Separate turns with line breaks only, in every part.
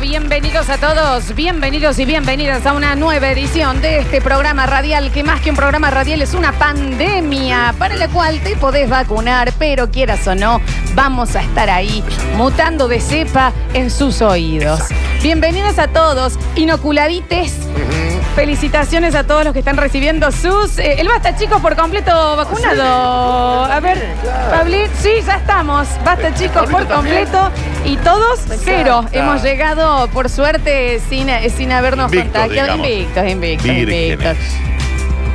bienvenidos a todos, bienvenidos y bienvenidas a una nueva edición de este programa radial, que más que un programa radial es una pandemia para la cual te podés vacunar, pero quieras o no, vamos a estar ahí, mutando de cepa en sus oídos. Bienvenidos a todos, inoculadites. Felicitaciones a todos los que están recibiendo sus. eh, el basta, chicos, por completo vacunado. A ver, Pablito, sí, ya estamos. Basta, chicos, por
Pablito también.
completo. Y todos cero. Hemos llegado, por suerte, sin, eh, sin habernos
Invictos,
contagiado.
digamos.
Invictos, invictos, invictos.
Vírgenes.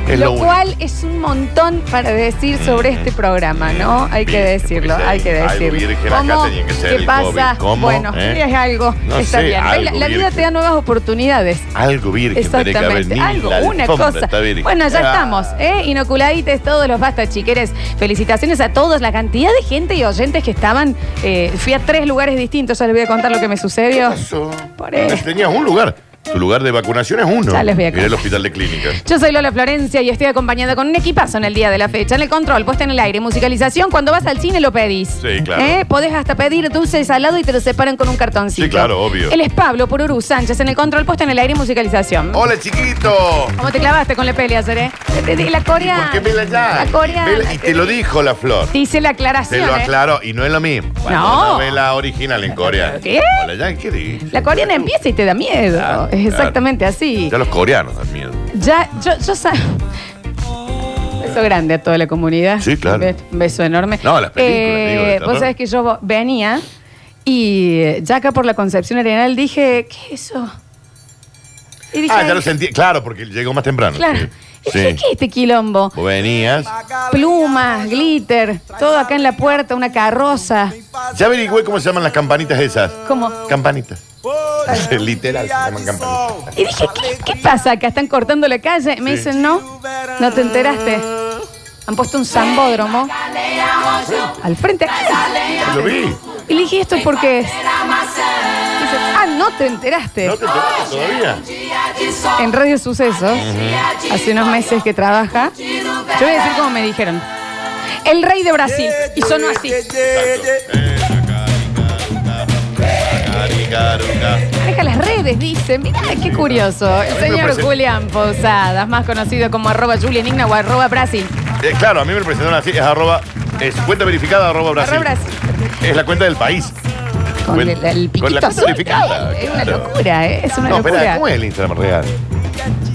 Es
lo
lo único.
cual es un montón para decir sobre este programa, ¿no? Hay que
Virgen,
decirlo,
porque si
hay que
algo
decirlo.
virgen acá tenía que ser
¿Qué
el
pasa?
COVID. ¿Cómo?
Bueno,
¿Eh?
es algo.
No
Está
sé,
bien.
algo
la la vida
virgen.
te da nuevas oportunidades.
Algo virgen tiene que haber,
Exactamente,
ni
algo,
la
una
alfombra
cosa.
está virgen.
Bueno, ya
Ah,
estamos, ¿eh? Inoculadites todos los basta chiqueres. Felicitaciones a todos, la cantidad de gente y oyentes que estaban. eh, fui a tres lugares distintos, ya les voy a contar lo que me
¿qué
sucedió.
pasó?
Por eso.
Pues Tenías un lugar. Tu lugar de vacunación es uno.
Ya les voy a
Era el
contar.
hospital de clínicas.
Yo soy Lola Florencia y estoy acompañada con un equipazo en el día de la fecha. En el control, puesta en el aire, musicalización. Cuando vas al cine lo pedís.
Sí, claro.
¿Eh? Podés hasta pedir dulce y salado y te lo separan con un cartoncito.
Sí, claro, obvio.
Él es Pablo Pururu Sánchez en el control, puesta en el aire y musicalización.
¡Hola, chiquito!
¿Cómo te clavaste con la peli ayer, eh? Te di La coreana.
¿Por qué me la llamas?
Ah, La coreana.
Vela- Y te lo dijo la flor.
Te hice la aclaración.
Te lo
¿eh?
aclaró. Y no es lo mismo. Cuando
No.
Una vela original en Corea.
¿Qué?
Hola, ya, ¿qué dices?
La coreana empieza y te da miedo.
Claro,
es exactamente así.
Ya los coreanos dan miedo.
Ya, yo, yo sa- Beso grande a toda la comunidad.
Sí, claro.
Be- Un beso enorme. Eh,
No, las películas, digo, de
vos
terror.
sabés que yo vo- venía y eh, ya acá por la Concepción Arenal dije, ¿qué es eso? Y dije,
Ah,
"Ay,
ya lo sentí. Claro, porque llegó más temprano.
Claro.
Sí.
Y dije,
Sí.
¿qué es este quilombo?
Vos venías.
Plumas, glitter, todo acá en la puerta, una carroza.
Ya averigüé cómo se llaman las campanitas esas.
¿Cómo?
Campanitas. Literal, se llaman campanitas.
Y dije, ¿qué, qué pasa acá? ¿Están cortando la calle? Me
Sí.
dicen, no, no te enteraste. Han puesto un zambódromo al frente.
Lo vi.
Y le dije, ¿esto por qué es? Dice, ah, no te enteraste.
¿No te enteraste todavía?
En Radio Sucesos, hace unos meses que trabaja, yo voy a decir cómo me dijeron. El rey de Brasil. Y sonó así. Deja las redes, dicen. Mirá, qué curioso. El
me
señor
parece-
Julián Posadas, más conocido como arroba Julian Igna o arroba Brasil.
Eh, claro, a mí me lo presentaron así, es arroba, es cuenta verificada arroba Brasil.
Arroba Brasil.
Es la cuenta del país.
Con el, el piquito
con la cuenta
azul.
verificada.
Es una
claro.
locura, ¿eh? Es una
No,
locura.
espera, ¿cómo es el Instagram real?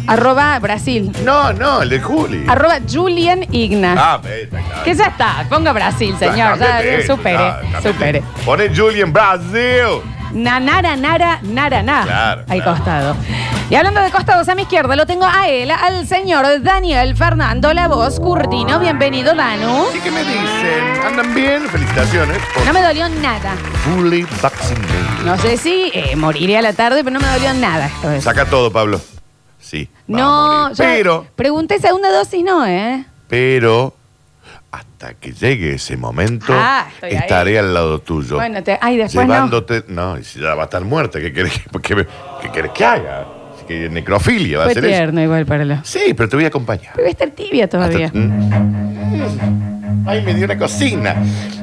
Arroba Brasil.
No, no, el de Juli.
Arroba Julian Igna.
Ah, está, claro.
Que ya está. Ponga Brasil, señor. Ya,
Cámbiate eso,
supere,
ya, cámbiate.
supere.
Pone Julian Brasil.
Na, nara, nara, nara, na.
Claro,
Ahí
claro.
costado. Y hablando de costados, a mi izquierda lo tengo a él, al señor Daniel Fernando La Voz Curtino. Bienvenido, Danu.
Así que me dicen, andan bien, felicitaciones por
No me dolió nada.
fully vaccinated.
No sé si eh, moriré a la tarde, pero no me dolió nada esta vez.
Saca todo, Pablo. Sí. va a
No,
morir.
yo
Pero,
pregunté segunda dosis, no, ¿eh?
pero, hasta que llegue ese momento,
Ah, estoy ahí.
estaré al lado tuyo.
Bueno, te- ay, después no.
llevándote, no. y si ya va a estar muerta, ¿qué querés que, qué- qué querés que haga? Así que necrofilia va a
Fue
ser eso.
tierno igual para los.
Sí, pero te voy a acompañar.
Pero voy a estar tibia todavía.
Hasta- Mm. Ay, me dio una cocina.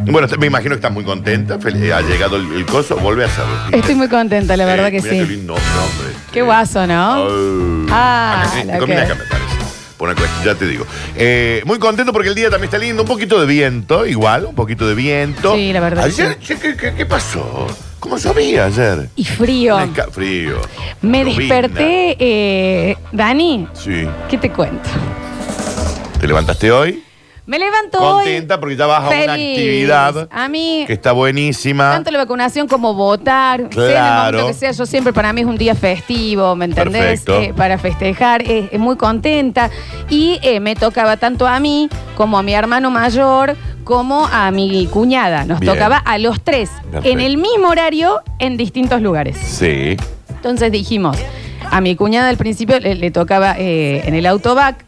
Bueno, te- me imagino que estás muy contenta. fel- eh, Ha llegado el, el coso, vuelve a hacerlo.
Estoy muy contenta, la verdad
Eh,
que
mirá Qué
sí.
lindo nombre. este.
Qué guaso, ¿no?
Ay.
Oh. Ah,
Acá sí,
la
te conviene
que-
acá, me parece. Por una cuestión, ya te digo. Eh, muy contento porque el día también está lindo. Un poquito de viento, igual, un poquito de viento.
Sí, la verdad,
Ayer, che, ¿qué, qué, qué pasó? ¿Cómo llovía ayer?
Y frío.
Una esca- Frío.
Me
llovizna.
desperté, eh, Dani,
Sí.
¿qué te cuento?
¿Te levantaste hoy?
Me levanto
Contenta porque ya vas a
hoy.
una
feliz.
actividad
A mí,
que está buenísima.
tanto la vacunación como votar, sea en el
Claro.
momento que sea, yo siempre para mí es un día festivo, ¿me entendés?
Perfecto.
Eh, para festejar, eh, eh, muy contenta. Y eh, me tocaba tanto a mí como a mi hermano mayor, como a mi cuñada. Nos
Bien.
tocaba a los tres,
Perfecto.
en el mismo horario, en distintos lugares.
Sí.
Entonces dijimos, a mi cuñada al principio le, le tocaba eh, en el autobac,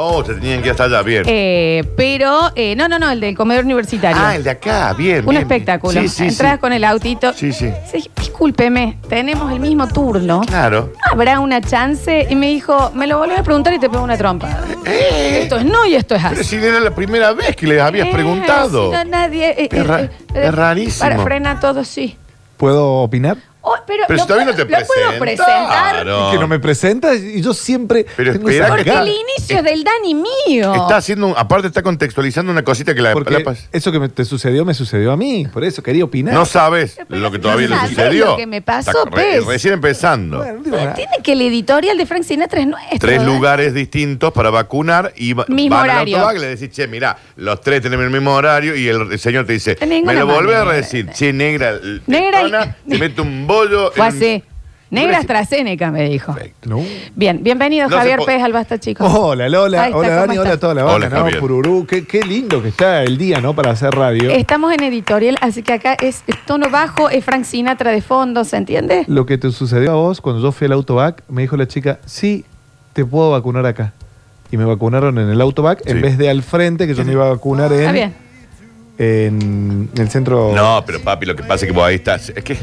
Oh, te tenían que ir hasta allá, bien.
eh, pero eh, no, no, no, el del comedor universitario.
ah, el de acá, bien.
Un
bien, bien.
espectáculo.
Sí, sí,
Entrás
sí.
con el autito.
Sí, sí.
Sí, Discúlpeme, tenemos el mismo turno.
Claro.
¿Habrá una chance? Y me dijo, me lo volvés a preguntar y te pego una trompa.
Eh,
Esto es no y esto es
Pero
así.
si era la primera vez que les habías
Eh,
preguntado.
si no, nadie. eh,
Es ra- es rarísimo.
Para frenar todo, sí.
¿Puedo opinar?
Oh, pero
Pero si todavía no te
puedo- lo puedo presentar.
presentaron.
Es que no me presenta y yo siempre
Pero
tengo
espera
esa
que-
Porque
gana.
el inicio es del Dani mío.
Está haciendo, un- aparte está contextualizando una cosita que la,
Porque
la pas-
eso que me, te sucedió me sucedió a mí, por eso quería opinar.
No sabes lo que todavía
No
le
sabes
sucedió.
lo que me pasó, pues.
Está re-
pez.
recién empezando.
Bueno, no digo nada.
Tiene que el editorial de Frank Sinatra es nuestro. ¿eh?
Tres
¿verdad?
lugares distintos para vacunar y va-
Mismo
van
horario.
al autobag y le decís, che, mirá, los tres tenemos el mismo horario y el señor te dice,
De
me
ninguna
lo volvés a
manera.
decir, che, negra, l-
Negra y-
tetona, te mete un bollo.
Fue
en un-
así. Negra
Gracias.
AstraZeneca, me dijo.
No.
Bien, bienvenido
No se
Javier
po-
Pérez al Basta, chicos.
Hola Lola,
Ahí está,
hola
¿cómo
Dani, hola
estás?
a toda la
Hola,
banda, ¿no?
Javier.
Pururú, qué, qué lindo que está el día, ¿no? Para hacer radio.
Estamos en editorial, así que acá es es tono bajo, es Frank Sinatra de fondo, ¿se entiende?
Lo que te sucedió a vos cuando yo fui al autobac, me dijo la chica, sí, te puedo vacunar acá. Y me vacunaron en el autobac en
Sí.
vez de al frente, que yo me iba a vacunar
Está
en,
Ah, bien.
en el centro.
No, pero papi, lo que pasa es que vos ahí estás. Es que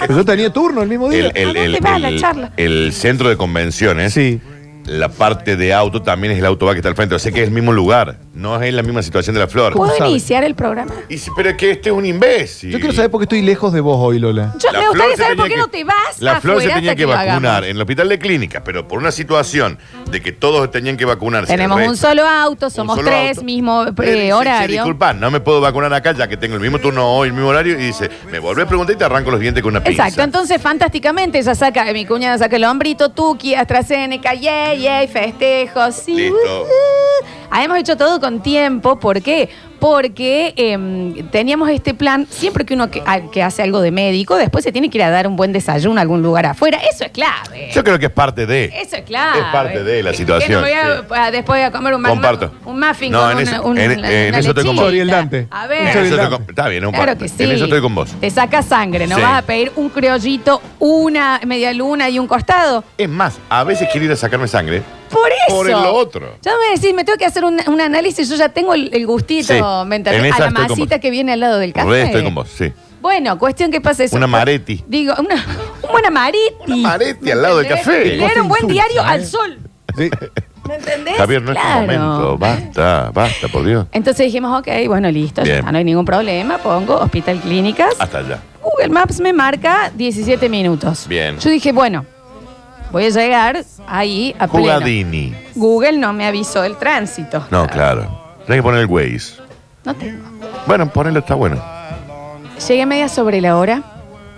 Pero yo tenía turno el mismo día.
el, el-
¿A dónde
el-
va la
el-
charla?
el centro de convenciones,
Sí.
la parte de auto también es el autobag que está al frente. O sea que es el mismo lugar, no es la misma situación de la flor.
¿Puedo
sabe?
iniciar el programa?
Y si- pero es que este es un imbécil.
Yo quiero saber por qué estoy lejos de vos hoy, Lola.
Yo
La
me
Flor
gustaría
se
saber por qué
tenía
no
que-
te vas
La flor se
afuera
tenía
hasta
que,
lo
vacunar
hagamos.
en el hospital de clínicas, pero por una situación de que todos tenían que vacunarse.
Tenemos
el
un
resto-
solo auto, somos
solo
tres,
auto.
mismo eh,
Pero dice, "Che,
horario.
disculpa, no me puedo vacunar acá ya que tengo el mismo turno hoy, el mismo horario. Y dice, me volví a preguntar y te arranco los dientes con una pinza.
Exacto, entonces fantásticamente ella saca, eh, mi cuñada saca el hombrito, Tuki, AstraZeneca, yay, yay, festejos, sí.
Listo.
uh, uh. Habíamos hecho todo con tiempo, ¿por qué? Porque em, teníamos este plan, siempre que uno que, a- que hace algo de médico, después se tiene que ir a dar un buen desayuno a algún lugar afuera, eso es clave.
Yo creo que es parte de.
eso es clave.
Es parte de la
Que
situación,
no voy a-
sí.
a- después voy a comer un, Mac-
Comparto.
un muffin
No,
con
en
una,
eso-
una-
en-
una
en eso estoy con vos.
lechita.
Choriel Dante.
A
En
ver.
Mucho
eso te
brillante.
com- está bien, un
Claro
par-
que sí.
En eso estoy con vos.
Te saca sangre, ¿no
Sí.
vas a pedir un criollito, una media luna y un costado?
Es más, a veces quiero ir a sacarme sangre.
Por eso.
Por el otro.
Ya me decís, me tengo que hacer un, un análisis, yo ya tengo el, el gustito
Sí,
mental
en
a
esa
la
estoy con
masita
vos.
que viene al lado del café.
Re estoy con vos, sí.
Bueno, cuestión que pasa eso.
Una Maretti.
Digo, una, un buen amaretti.
Una Maretti al lado del
¿Entendés?
café.
Y Leer un buen
Insulsa,
diario
¿eh?
al sol.
Sí.
¿Me entendés?
Javier, no
Claro.
es tu momento. Basta, basta, por Dios.
Entonces dijimos, ok, bueno, listo, ya
Bien.
está, no hay ningún problema, pongo hospital clínicas.
Hasta allá.
Google Maps me marca 17 minutos.
Bien.
Yo dije, bueno, voy a llegar ahí a pleno.
Jugadini.
Google no me avisó el tránsito.
No, claro. Tienes que poner el Waze.
No tengo.
Bueno, ponelo, está bueno.
Llegué media sobre la hora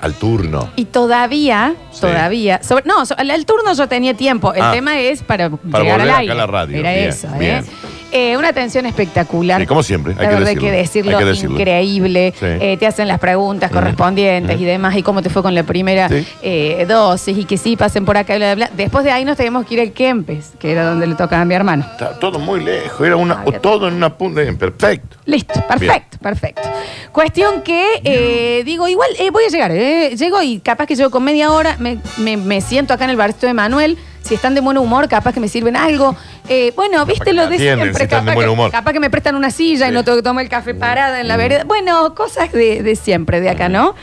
Al turno.
y todavía,
Sí.
todavía, sobre- no, so- al, al turno yo tenía tiempo. El
Ah.
tema es para,
volver
llegar al
acá a
aire.
la radio.
Era
Bien,
eso, ¿eh?
bien.
Eh, una atención espectacular.
Sí, como siempre, hay
la
que
verdad
decirlo.
que decirlo,
Hay que decirlo.
increíble.
Sí.
Eh, te hacen las preguntas correspondientes
Ujú.
y demás, y cómo te fue con la primera
Sí.
eh, dosis, y que sí, pasen por acá, bla, bla, bla. Después de ahí nos teníamos que ir al Kempes, que era donde le tocaba a mi hermano.
Está todo muy lejos. Era una,
Ah, ya.
todo en una punta. Bien, Perfecto.
Listo, perfecto, perfecto. Cuestión que eh, digo, igual eh, voy a llegar, eh, llego y capaz que llego con media hora, me, me- me siento acá en el barcito de Manuel, si están de buen humor, capaz que me sirven algo. Eh, bueno, viste
que
lo
me
de
atienden,
siempre,
si están de
capaz,
buen
que,
humor.
capaz que me prestan una silla y
Sí. Mm.
no tengo que tomar el café parada en la vereda. Bueno, cosas de, de siempre, de acá, ¿no?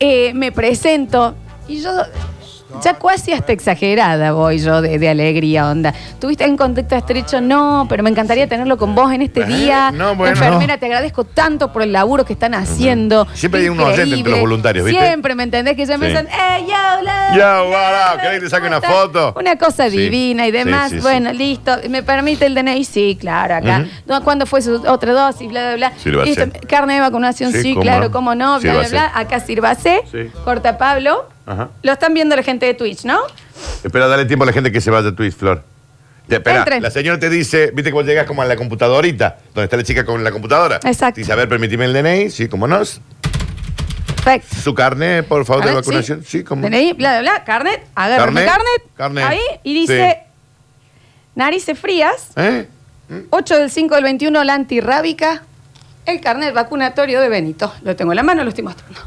Eh, me presento y yo... Ya casi hasta exagerada voy yo de, de alegría, onda. ¿Tuviste algún contacto estrecho? No, pero me encantaría tenerlo con vos en este
Eh,
día.
no, bueno,
Enfermera, te agradezco tanto por el laburo que están haciendo.
Siempre hay unos oyentes entre
Increíble.
los voluntarios, ¿viste?
Siempre, ¿me entendés? Que ya empiezan,
Sí.
¡eh, yo, bla,
Ya, bla, bla, ¿querés que te saque una foto?
Una cosa
Sí.
divina y
Sí,
demás.
sí, sí.
bueno, listo. ¿Me permite el DNI? Sí, claro, acá.
Ujú.
No, ¿Cuándo fue su otra dosis? Bla, bla, bla.
Sí, lo va a
Listo.
hacer.
Carne de vacunación, sí,
Sí, cómo
claro,
no.
cómo no,
Sí,
bla,
lo
bla,
va a
bla. Acá sírvase.
Sí.
Corta Pablo.
Ajá.
Lo están viendo la gente de Twitch, ¿no?
Espera, dale tiempo a la gente que se vaya a Twitch, Flor. Ya, espera,
Entren.
la señora te dice, viste cómo llegas como a la computadorita, donde está la chica con la computadora.
Exacto.
Dice, a ver, permitime el DNI, sí, cómo no.
Perfecto.
Su carne, por favor, de
Carnet,
vacunación, sí, cómo no.
DNI, bla, bla, bla, carnet, agarra
Carnet,
mi carnet,
carnet.
ahí, y dice, narices frías,
¿Eh?
8 del 5 del 21, la antirrábica, el carnet vacunatorio de Benito. Lo tengo en la mano, lo estoy mostrando.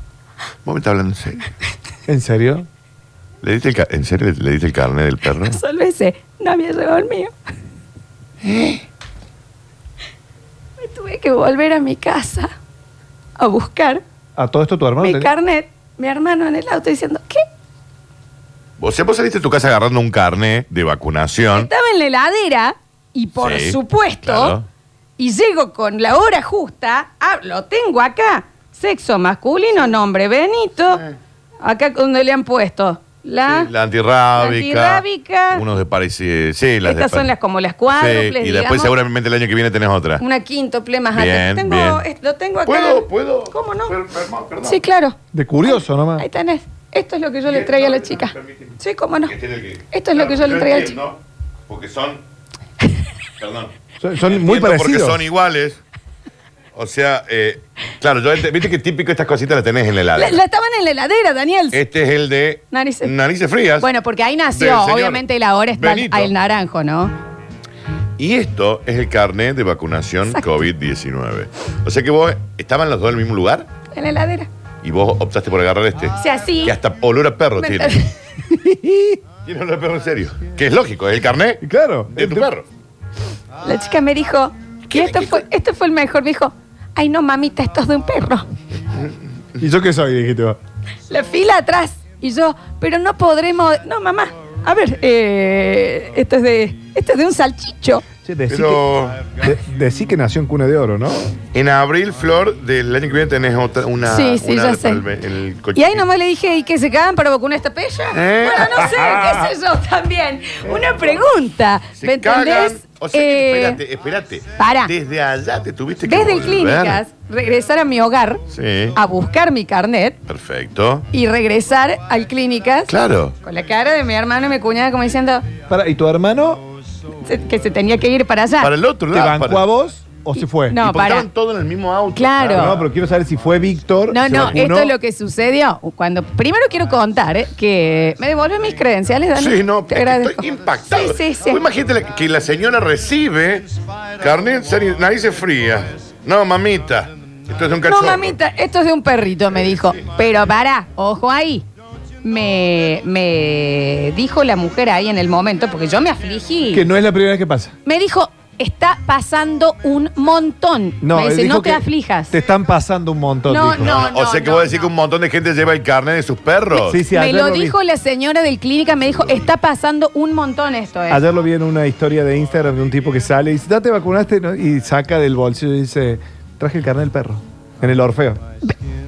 Vos me estás hablando en serio.
¿En serio?
¿Le diste el ca- ¿En serio le, le diste el carne del perro?
Solo ese, no había llegado el mío. Me tuve que volver a mi casa a buscar
¿A todo esto tu hermano?
mi
tenía-
carnet, mi hermano en el auto diciendo, ¿qué?
O sea, vos saliste de tu casa agarrando un carne de vacunación.
Estaba en la heladera y por
Sí,
supuesto,
claro.
y llego con la hora justa, ah, lo tengo acá. Sexo masculino, nombre Benito. Acá donde le han puesto la...
Sí, la antirrábica.
Ah. La antirrábica.
Unos de parecido. Sí, las de
estas son
pare-
las como las
Sí,
cuádruples,
y
digamos.
después seguramente el año que viene tenés otra.
Una quíntuple más
Bien,
alta. Tengo-
bien.
es- Lo tengo acá.
¿Puedo? ¿Puedo?
¿Cómo no?
Per- perdón, perdón.
Sí, claro.
De curioso nomás.
Ahí tenés. Esto es lo que yo le traía a la chica. Sí, cómo no.
Que tiene que-
Esto es lo que yo le entregué al
entiendo, Porque son. Perdón.
Son, son muy
Entiendo
parecidos.
Porque son iguales. O sea, eh, claro, yo ent- viste que típico estas cositas las tenés en la helada.
La, la estaban en la heladera, Daniel.
Este es el de
Narices.
narices frías.
Bueno, porque ahí
Del
nació,
señor
obviamente la hora está
Benito.
el naranjo, ¿no?
Y esto es el carnet de vacunación COVID-19. O sea que vos estaban los dos en el mismo lugar
En la heladera.
y vos optaste por agarrar este.
O sea, sí.
Que hasta olor a perro
Me-
tiene. Tiene olor a perro en serio. Que es lógico, es el carnet
Y Claro.
de tu perro.
La chica me dijo, y esto fue, esto fue el mejor. Me dijo, ay no, mamita, esto es de un perro.
¿Y yo qué soy? Dijiste vos.
La fila atrás. Y yo, pero no podremos. No, mamá. A ver, eh, esto es de. Esto es de un salchicho.
Che, decí,
Pero
que, de- decí que nació en cuna de oro, ¿no?
en abril, Flor, del año que viene tenés otra, una.
Sí, sí,
una
ya
para
sé.
El, el coche.
Y ahí nomás le dije, ¿y qué se cagan para vacunar esta pella?
¿Eh?
Bueno, no sé, qué sé yo también. Una pregunta.
Se
¿Me entendés?
cagan. O sea,
Eh,
espérate, espérate.
pará.
Desde allá te tuviste que.
desde el
volver.
Clínicas, Ah. regresar a mi hogar
Sí.
a buscar mi carnet
Perfecto.
y regresar al Clínicas
Claro.
con la cara de mi hermano y mi cuñada como diciendo
Para, ¿Y tu hermano
se- que se tenía que ir para allá.
Para el otro
te
lado.
bancó
para-
a vos o se fue?
Ah.
Ah,
No,
y porque
para.
Estaban todos en el mismo auto.
Claro.
No, pero quiero saber si fue Víctor.
No,
se
no,
vacunó.
esto es lo que sucedió. Cuando, primero quiero contar eh, que me devuelven mis credenciales, Dani.
Sí, no,
te
es que
agradezco.
estoy impactado.
Sí, sí, sí.
Vos imagínate la- que la señora recibe carnet, sari- narices frías. No, mamita. Esto es un
No,
cachorro.
mamita, esto es de un perrito, me dijo. Pero para, ojo ahí. Me, me dijo la mujer ahí en el momento, porque yo me afligí.
Que no es la primera vez que pasa.
Me dijo, está pasando un montón.
No,
me
él
dice,
dijo
no te
que
aflijas.
Te están pasando un montón.
No,
dijo.
no,
o sea que
no,
vos decís
no.
que un montón de gente lleva el carnet de sus perros.
Sí, sí,
me
ayer
lo
vi.
dijo la señora del clínica, me dijo, está pasando un montón esto. eh".
Ayer lo vi en una historia de Instagram de un tipo que sale y dice, "Ya te vacunaste? ¿no? Y saca del bolsillo y dice, traje el carnet del perro. En el Orfeo.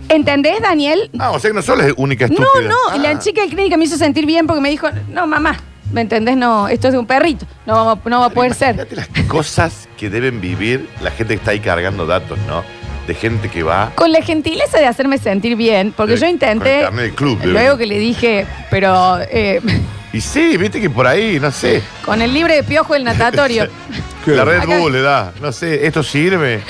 ¿Entendés, Daniel?
Ah, o sea que no solo es única
No,
estúpida.
no, y la
Ah.
chica del clínica me hizo sentir bien porque me dijo, no, mamá, ¿me entendés? No, esto es de un perrito, no, vamos- no va a poder ser.
Imagínate las cosas que deben vivir la gente que está ahí cargando datos, ¿no? De gente que va.
Con la gentileza de hacerme sentir bien, porque
De-
yo
con el
intenté,
carnet del club, de-
luego que le dije, pero eh,
Y sí, viste que por ahí, no sé.
con el libre de piojo del natatorio.
La Red
Acá-
Bull le da. No sé, ¿esto sirve?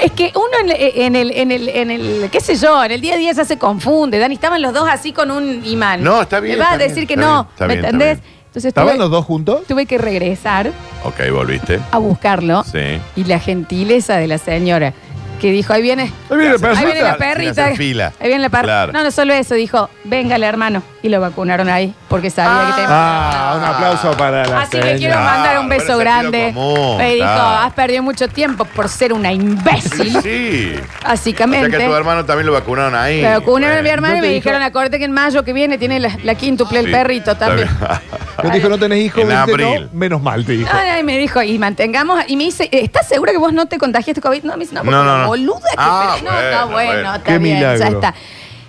Es que uno en, eh, en el, en, el, en el, qué sé yo, en el día a día ya se confunde, Dani, estaban los dos así con un imán.
No, está bien,
Me va a
está bien,
decir que
está
no,
bien, está
¿me
bien, está
entendés?
bien.
Entonces
¿Estaban
tuve,
los dos juntos?
tuve que regresar
Ok, volviste.
a buscarlo.
Sí.
Y la gentileza de la señora que dijo, ahí viene,
Ahí viene la
Sin
ahí viene la
hacer- sin
perrita.
hacer fila.
Ahí viene la perrita.
Claro.
No, no solo eso, dijo, venga el hermano. Y lo vacunaron ahí porque sabía que tenía.
Ah, un aplauso para la
Así que quiero
señora.
mandar un
Claro,
beso
pero sentido
grande.
común,
Me dijo,
claro.
has perdido mucho tiempo por ser una
Sí.
imbécil.
O sea que
Básicamente.
a tu hermano también lo vacunaron ahí.
Me vacunaron a mi
Bueno.
hermano y
¿No te
me
dijo?
dijeron, acordate que en mayo que viene tiene la, la quíntuple el
Sí.
perrito también.
Está bien.
Yo te dijo, no tenés hijos.
En
dijiste,
abril.
"No, menos mal, te dijo.
No, no, y me dijo, y mantengamos, y me dice, ¿estás segura que vos no te contagiaste COVID? No, me dice, no, porque
No, no, no.
boluda que
Ah,
te- no, no,
bueno,
bueno,
bueno.
está
Qué
bien, ya
milagro.
está.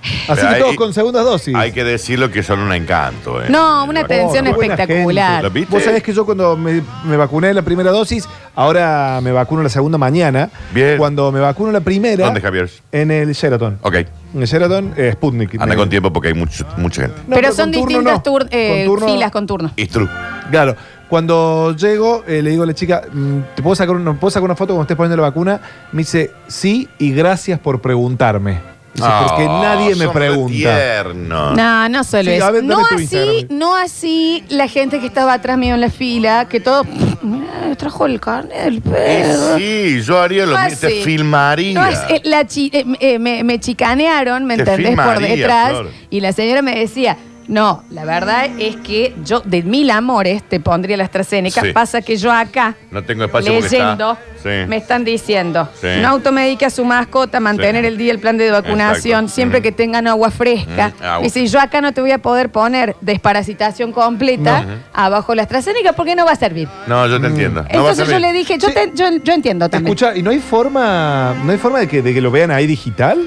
Así
Pero
que
ahí-
todos con segundas dosis.
Hay que decirlo que son un encanto. ¿eh?
No, una
Vacunaron.
atención
qué buena
espectacular.
gente. ¿Viste?
Vos sabés que yo cuando me, me vacuné la primera dosis, ahora me vacuno la segunda mañana.
Bien.
Cuando me vacuno la primera.
¿Dónde, Javier?
En el Sheraton.
Ok.
En el Sheraton, eh, Sputnik.
Anda
Me-
con tiempo porque hay mucho- mucha gente.
No,
pero
con
son
turno
distintas
no.
tur- eh,
Con turno-
filas con turno.
It's true.
Claro. Cuando llego, eh, le digo a la chica, mm, ¿te puedo sacar, una, ¿puedo sacar una foto cuando estés poniendo la vacuna? Me dice, sí, y gracias por preguntarme. Dice, porque
Oh,
nadie me
son re
pregunta.
tiernos.
No, no solo
Sí, a
eso.
ver, dame
no
tu
así,
Instagram.
no así la gente que estaba atrás mío en la fila, que todo "Mirá, trajo el carne del perro.
Y sí, yo haría lo
No
mismo. Te
así.
filmaría.
No, es, eh, la chi- eh, eh, me, me chicanearon, ¿me
Te
entendés? Por
filmaría,
detrás.
Flor.
Y la señora me decía, no, la verdad es que yo de mil amores te pondría la AstraZeneca.
Sí.
Pasa que yo acá,
No tengo espacio
leyendo,
porque está... Sí.
me están diciendo,
Sí.
no automedique a su mascota, mantener
Sí.
el día el plan de vacunación,
Exacto.
siempre
Mm.
que tengan agua fresca.
Mm, agua.
Y si yo acá no te voy a poder poner desparasitación completa, abajo la AstraZeneca, porque no va a servir.
No, yo te entiendo. No va a
Entonces
ser
yo le
bien.
dije, yo,
Sí.
te- yo, yo entiendo también.
Escucha, ¿y no hay forma, no hay forma de que, de que lo vean ahí digital?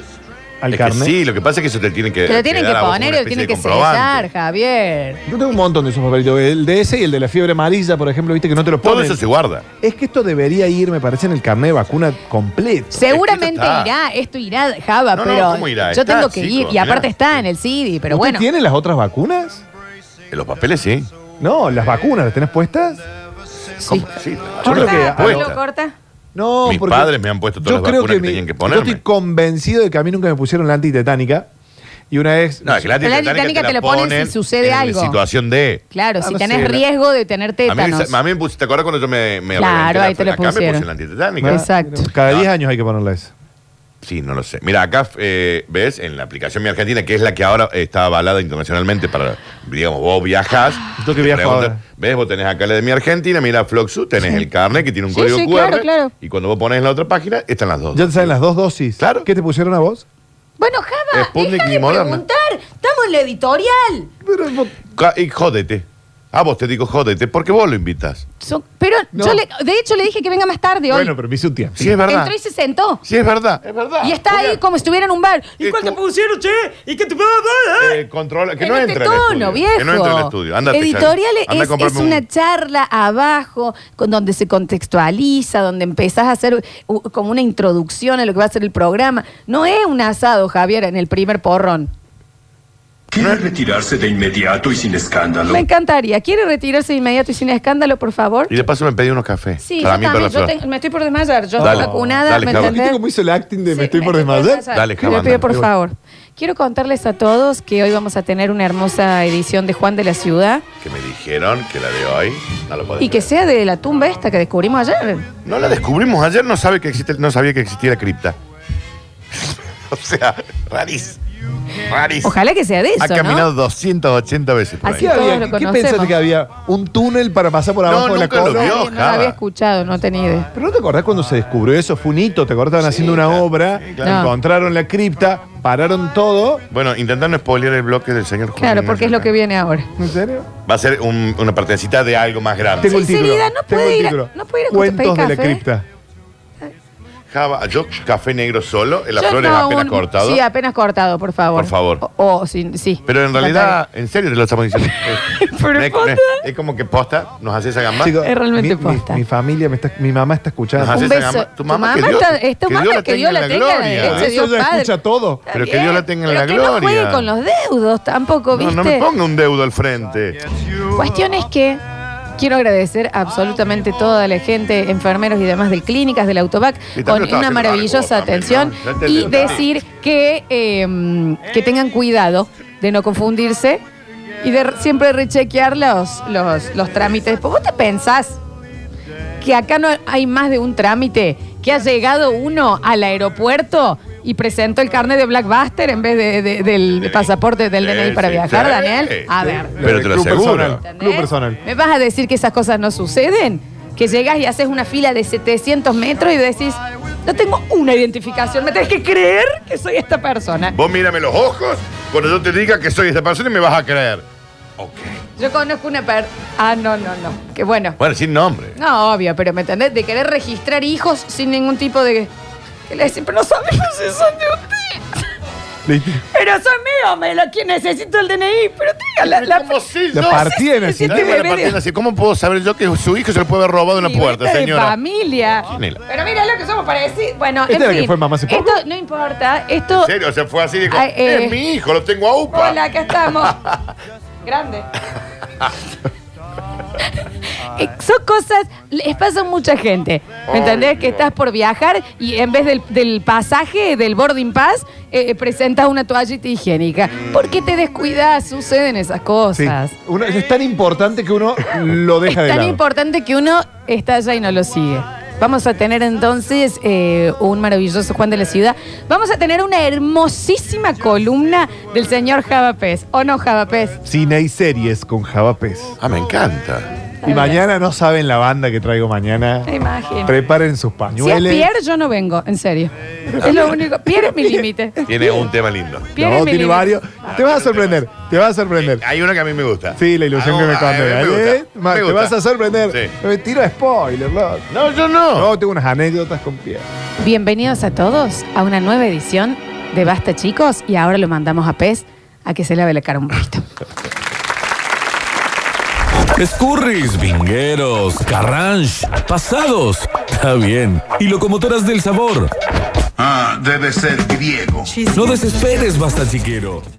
al
Es que
carnet.
sí, lo que pasa es que eso te tienen que.
Te lo tienen que
dar a vos como
poner
una
y lo tienen
especie
que
de comprobante.
sellar, Javier.
Yo tengo un montón de esos papelitos. El de ese y el de la fiebre amarilla, por ejemplo, viste que no te lo
Todo
ponen.
eso se guarda.
Es que esto debería ir, me parece, en el carnet de vacuna completo.
Seguramente
está.
irá, esto irá, Java,
No, no,
pero
¿cómo irá?
yo
Está,
tengo que ir.
chicos,
Y aparte
mirá.
está en el CD, pero
¿Usted
bueno.
¿Tiene las otras vacunas?
En los papeles sí.
No, las vacunas, ¿las tenés puestas?
Sí.
Sí, la
Yo creo
¿Corta?
verdad.
que-
Pablo,
Puesta.
corta?
No,
Mis
porque
padres me han puesto todas
yo
las
creo
vacunas que
mi-
tenían que
Yo
ponerme.
estoy convencido de que a mí nunca me pusieron la antitetánica. Y una vez.
No, es que la
Pero la
titánica
titánica te lo ponen si sucede
en
algo.
situación de.
Claro,
Ah,
si
no
tenés
sé, la-
riesgo de tener
A mí,
tétanos.
a mí me puse- ¿te acuerdas cuando yo me, me
Claro,
reventé la-
ahí te lo
acá me puse
pusieron.
la antitetánica.
Bueno,
Exacto.
Cada
No.
10 años hay que ponerla esa.
Sí, no lo sé. Mira, acá eh, ves en la aplicación Mi Argentina, que es la que ahora está avalada internacionalmente para, digamos, vos viajás.
Ah.
Yo que
te
viajo
preguntan,
ahora.
Ves, vos tenés acá la de Mi Argentina, mira Floxu, tenés el carnet que tiene un
Sí,
código
sí,
QR.
claro, claro.
Y cuando vos pones en la otra página, están las dos.
Ya te saben las dos dosis.
Claro.
¿Qué te pusieron a vos?
Bueno, Java,
Sputnik
deja
y
de
Moderna.
preguntar. Estamos en la editorial.
Pero vos-
Ca- Y jódete. A vos te digo jódete, porque vos lo invitas.
So- pero
No.
yo le- de hecho le dije que venga más tarde hoy.
bueno, pero me hice un tiempo.
Sí, es verdad.
Entró y se sentó.
Sí, es verdad. Es verdad.
Y está ahí como si estuviera en un bar.
Eh,
cuál te
tú-
pusieron, che? ¿Y qué te
Eh, controla, que
En
no
este
entre
tono,
al estudio.
viejo.
Que no entre al estudio. Andate,
Editorial
Charlie. Anda a
es,
comprarme
es
un-
una charla abajo, con donde se contextualiza, donde empezás a hacer uh, como una introducción a lo que va a ser el programa. No es un asado, Javier, en el primer porrón.
¿Quiere retirarse de inmediato y sin escándalo?
Me encantaría. ¿Quiere retirarse de inmediato y sin escándalo, por favor?
Y de paso me pedí unos cafés.
Sí,
para
yo
mí, para
también.
la
Yo
flor.
te- me estoy por desmayar. Yo
Dale,
estoy vacunada,
dale,
¿me
Java.
entendés?
¿Viste cómo hizo el acting de
Sí,
me estoy por
por
desmayar?
desmayar.
Dale, Java,
Le pido,
andale.
por
Ahí voy.
favor. Quiero contarles a todos que hoy vamos a tener una hermosa edición de Juan de la Ciudad
Que me dijeron que la de hoy no lo podés
y que
ver.
sea de la tumba esta que descubrimos ayer.
No la descubrimos ayer, no, sabe que existe, no sabía que existía la cripta. o sea, rarís. Rarís.
Ojalá que sea de eso,
ha caminado
¿no?
280 veces por
Así
¿Qué,
ahí.
Todos
había?
lo
¿Qué
conocemos.
pensaste que había? ¿Un túnel para pasar por
No,
abajo de la
nunca lo
cola?
vi.
No, no
Dios,
la
Java. Ah,
había escuchado, no tenía idea.
Pero no te acordás cuando se descubrió eso, fue un hito, te acordás, estaban haciendo una
claro,
obra,
sí,
claro. No.
encontraron la cripta, pararon todo.
Bueno, intentando spoilear el bloque del señor Juan.
Claro,
Ignacio
porque es lo que
Fernández.
viene ahora.
¿En serio?
Va a ser un- una partecita de algo más grande.
Tengo el título.
Sinceridad, no
tengo
puede
el
ir a-
título.
no puede ir a
Cuentos
Café
de la
Café.
cripta.
Java, yo café negro solo, en las
Yo
flores
no,
apenas
un-
cortado.
Sí, apenas cortado, por favor.
Por favor.
O, o sin- sí.
Pero en realidad, en serio te lo estamos diciendo. Es-
Pero
no es, no es-
posta.
es como que posta, nos haces esa gamba.
Chicos,
Es realmente
mi- mi,
posta.
mi familia, me está- mi mamá está escuchando.
Nos hace
Un
esa
beso.
gamba.
Tu mamá está- es tu mamá que Dios la tenga en la
Ah,
derecha.
Eso
Dios
ya
padre.
escucha todo.
Pero que Dios la tenga en
Pero
la
que No
gloria.
juegue con los deudos tampoco,
No,
¿viste?
no me ponga un deudo al frente.
Cuestión es que quiero agradecer absolutamente toda la gente, enfermeros y demás de clínicas del Autobac,
Y también
con
lo estaba
una
haciendo algo
maravillosa
vos también,
atención
¿no? Ya te
y
entendí.
decir que, eh, que tengan cuidado de no confundirse y de re- siempre rechequear los, los, los trámites. Pues, ¿Vos te pensás que acá no hay más de un trámite? Que ha llegado uno al aeropuerto y presentó el carnet de Blackbuster en vez de- de- del pasaporte del
Sí,
DNI para
sí,
viajar,
sí.
Daniel. A ver.
Pero te lo
Club
aseguro.
personal,
¿Entendés?
Club personal.
¿Me vas a decir que esas cosas no suceden? Que llegas y haces una fila de 700 metros y decís, no tengo una identificación, me tenés que creer que soy esta persona.
Vos mírame los ojos cuando yo te diga que soy esta persona y me vas a creer. Ok.
Yo conozco una per... Ah, no, no, no. Que bueno.
Bueno, sin nombre.
No, obvio, pero ¿me entendés? De querer registrar hijos sin ningún tipo de... Que le decís, pero no sabemos si son de usted.
¿Viste?
Pero soy mío, me lo que necesito el DNI. Pero tenga la... la-
¿Cómo Oh, sí,
La
yo?
partida en
Sí,
el
sí,
sistema.
la partida en el sistema. ¿Cómo puedo saber yo que su hijo se lo puede haber robado en una puerta,
libreta de
señora?
familia.
¿Quién es la-
Pero mira lo que somos para decir. Bueno, en
¿Esta es la ¿Este que
fin,
fue mamá hace poco?
Esto no importa. Esto...
¿En serio? Se fue así y dijo,
Ay, eh.
es mi hijo, lo tengo a UPA.
Hola, acá estamos. Grande. Eh, Son cosas, les pasa a mucha gente. ¿Me entendés?
Obvio.
Que estás por viajar y en vez del, del pasaje, del boarding pass, eh, presentas una toallita higiénica. ¿Por qué te descuidas? Suceden esas
Sí.
cosas.
Uno- es tan importante que uno lo deja
es
de
tan
lado.
importante que uno está allá y no lo sigue. Vamos a tener entonces eh, un maravilloso Juan de la Ciudad. Vamos a tener una hermosísima columna del señor Javapés. ¿O no, Javapés?
Cine y series con Javapés.
Ah, me encanta.
Y mañana no saben la banda que traigo mañana.
Me imagino.
Preparen sus
Si es
pañuelos.
Pierre, yo no vengo, en serio. Es lo único. Pierre es mi límite.
Tiene un tema lindo.
Pierre
no,
es mi Ah,
tiene
límite.
varios. Te vas a sorprender, te vas a sorprender.
Hay uno que a mí me gusta.
Sí, la ilusión
Eh, Ah,
que me
a
conté.
mí me gusta,
¿eh?
me
Ma, Te
gusta.
vas a sorprender.
Sí.
Me tiro spoiler, loco.
No, yo no.
No, tengo unas anécdotas con Pierre.
Bienvenidos a todos a una nueva edición de Basta, chicos, y ahora lo mandamos a Pez a que se lave la cara un poquito.
Escurris, vingueros, carranche, pasados. Está bien. Y locomotoras del sabor.
Ah, debe ser griego.
No desesperes, basta chiquero.